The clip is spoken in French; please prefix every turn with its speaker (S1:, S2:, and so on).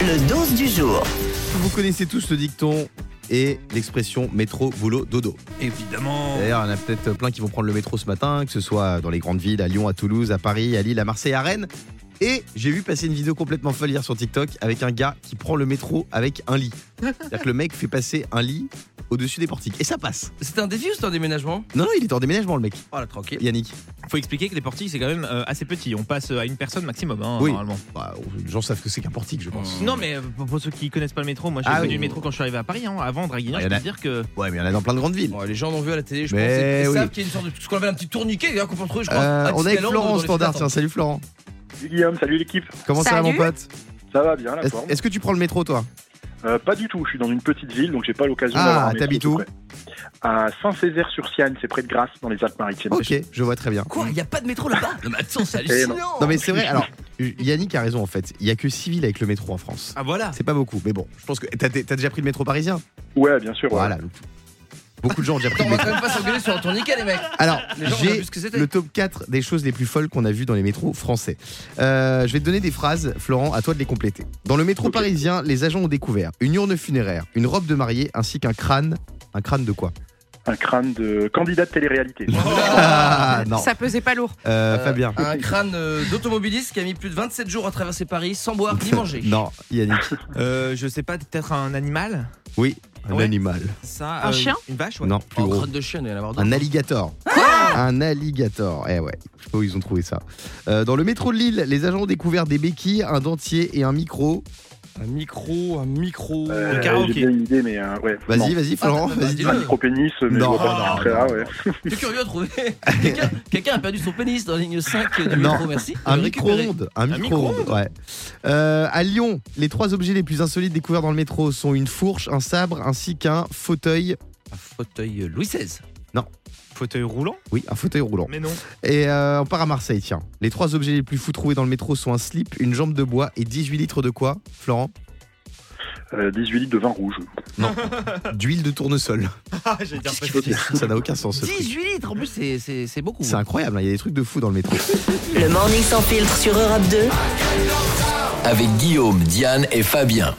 S1: Le 12 du jour.
S2: Vous connaissez tous le dicton et l'expression métro, boulot, dodo.
S3: Évidemment.
S2: D'ailleurs, il y en a peut-être plein qui vont prendre le métro ce matin, que ce soit dans les grandes villes, à Lyon, à Toulouse, à Paris, à Lille, à Marseille, à Rennes. Et j'ai vu passer une vidéo complètement folle hier sur TikTok avec un gars qui prend le métro avec un lit. C'est-à-dire que le mec fait passer un lit au-dessus des portiques. Et ça passe.
S3: C'est un défi ou c'est un déménagement
S2: Non, non, il est en déménagement, le mec.
S3: Oh là, tranquille.
S2: Yannick.
S4: Faut expliquer que les portiques c'est quand même euh, assez petit. On passe euh, à une personne maximum hein,
S2: Oui.
S4: normalement.
S2: Bah, les gens savent que c'est qu'un portique, je pense.
S4: Non mais euh, pour, pour ceux qui connaissent pas le métro, moi j'ai
S2: Ah
S4: connu
S2: oui.
S4: le métro quand je suis arrivé à Paris. hein. Avant Draguignan,
S2: Ah, y
S4: je
S2: en
S4: peux
S2: a-
S4: dire que
S2: Ouais, mais il y en a dans plein de grandes villes.
S3: Bon, les gens l'ont vu à la télé, je
S2: Mais
S3: pense. Ils
S2: oui.
S3: savent qu'il y a une sorte de. Ce qu'on appelle un petit tourniquet, d'ailleurs, qu'on peut trouver, je crois.
S2: Euh,
S3: à
S2: on est avec
S3: Disneyland,
S2: Florent
S3: Ah, dans
S2: au
S3: les files
S2: standard.
S3: d'attente.
S2: Tiens, salut Florent.
S5: Salut Guillaume, salut l'équipe.
S2: Comment ça va, mon
S6: Salut.
S2: pote
S5: Ça va bien, la
S2: Est-ce
S5: forme
S2: est-ce que tu prends le métro, toi
S5: Euh, Pas du tout, je suis dans une petite ville, donc j'ai pas l'occasion
S2: Ah,
S5: d'avoir un métro
S2: t'habites
S5: tout
S2: où
S5: près. À Saint-Césaire-sur-Siane, c'est près de Grasse, dans les Alpes-Maritimes.
S2: Ok, je vois très bien.
S3: Quoi Il n'y a pas de métro là-bas Non, mais attends, c'est hallucinant
S2: Non mais c'est vrai, alors Yannick a raison en fait, il y a que 6 villes avec le métro en France.
S4: ah voilà.
S2: C'est pas beaucoup, mais bon, je pense que t'as t'as déjà pris le métro parisien
S5: Ouais, bien sûr. ouais.
S2: Oh. Voilà, donc, beaucoup de gens ont déjà pris
S3: Attends, on
S2: le
S3: va
S2: métro.
S3: quand même pas s'engueuler sur un tourniquet, les mecs
S2: Alors,
S3: Les gens ont
S2: j'ai
S3: vu ce que c'était
S2: le top 4 des choses les plus folles qu'on a vues dans les métros français. Euh, je vais te donner des phrases, Florent, à toi de les compléter. Dans le métro
S5: Ok.
S2: parisien, les agents ont découvert une urne funéraire, une robe de mariée ainsi qu'un crâne. Un crâne de quoi
S5: Un crâne de candidat de télé-réalité.
S2: Ah non,
S6: Ça pesait pas lourd.
S2: Euh,
S3: Euh,
S2: Fabien.
S3: Un crâne euh, d'automobiliste qui a mis plus de 27 jours à traverser Paris sans boire ni manger.
S2: Non, Yannick.
S4: Euh, je sais pas, peut-être un animal.
S2: Oui, un
S4: Ouais.
S2: animal.
S4: Ça.
S6: Un
S4: euh,
S6: chien
S4: Une vache. Ouais.
S2: Non, plus
S3: En
S2: gros.
S3: Oh, crâne de chien, il va y en avoir d'autres.
S2: Un alligator. un alligator. Eh ouais, je sais pas où ils ont trouvé ça. Euh, dans le métro de Lille, les agents ont découvert des béquilles, un dentier et un micro.
S3: Un micro, un micro.
S5: Euh,
S4: karaoké.
S5: j'ai bien une idée, mais euh, ouais. non.
S2: Vas-y, vas-y, Florent.
S3: bah,
S2: vas-y.
S3: dis-le.
S5: Un micro-pénis, mais je
S2: Non,
S5: vois pas
S2: non,
S5: ce que c'est,
S2: non,
S5: ah, ouais.
S3: T'es curieux à trouver Quelqu'un quelqu'un a perdu son pénis dans la ligne 5 du
S2: Non.
S3: métro, merci.
S2: un
S3: Je vais récupérer.
S2: micro-ondes. Un micro-ondes,
S4: micro-ondes
S2: ouais. Euh, à Lyon, les trois objets les plus insolites découverts dans le métro sont une fourche, un sabre ainsi qu'un fauteuil.
S3: Un fauteuil euh, Louis XVI.
S4: Fauteuil roulant.
S2: Oui, un fauteuil roulant.
S4: Mais non.
S2: Et euh, on part à Marseille, tiens. Les trois objets les plus fous trouvés dans le métro sont un slip, une jambe de bois et 18 litres de quoi, Florent
S5: Euh, 18 litres de vin rouge.
S2: D'huile de tournesol.
S4: Ah,
S2: Oh,
S4: j'ai dire
S3: Qu'est-ce
S2: Ça n'a aucun sens. ce truc.
S3: 18 litres, en plus, c'est- c'est c'est beaucoup.
S2: C'est incroyable, hein, il y a des trucs de fous dans le métro.
S1: Le morning sans filtre sur Europe 2.
S7: avec Guillaume, Diane et Fabien.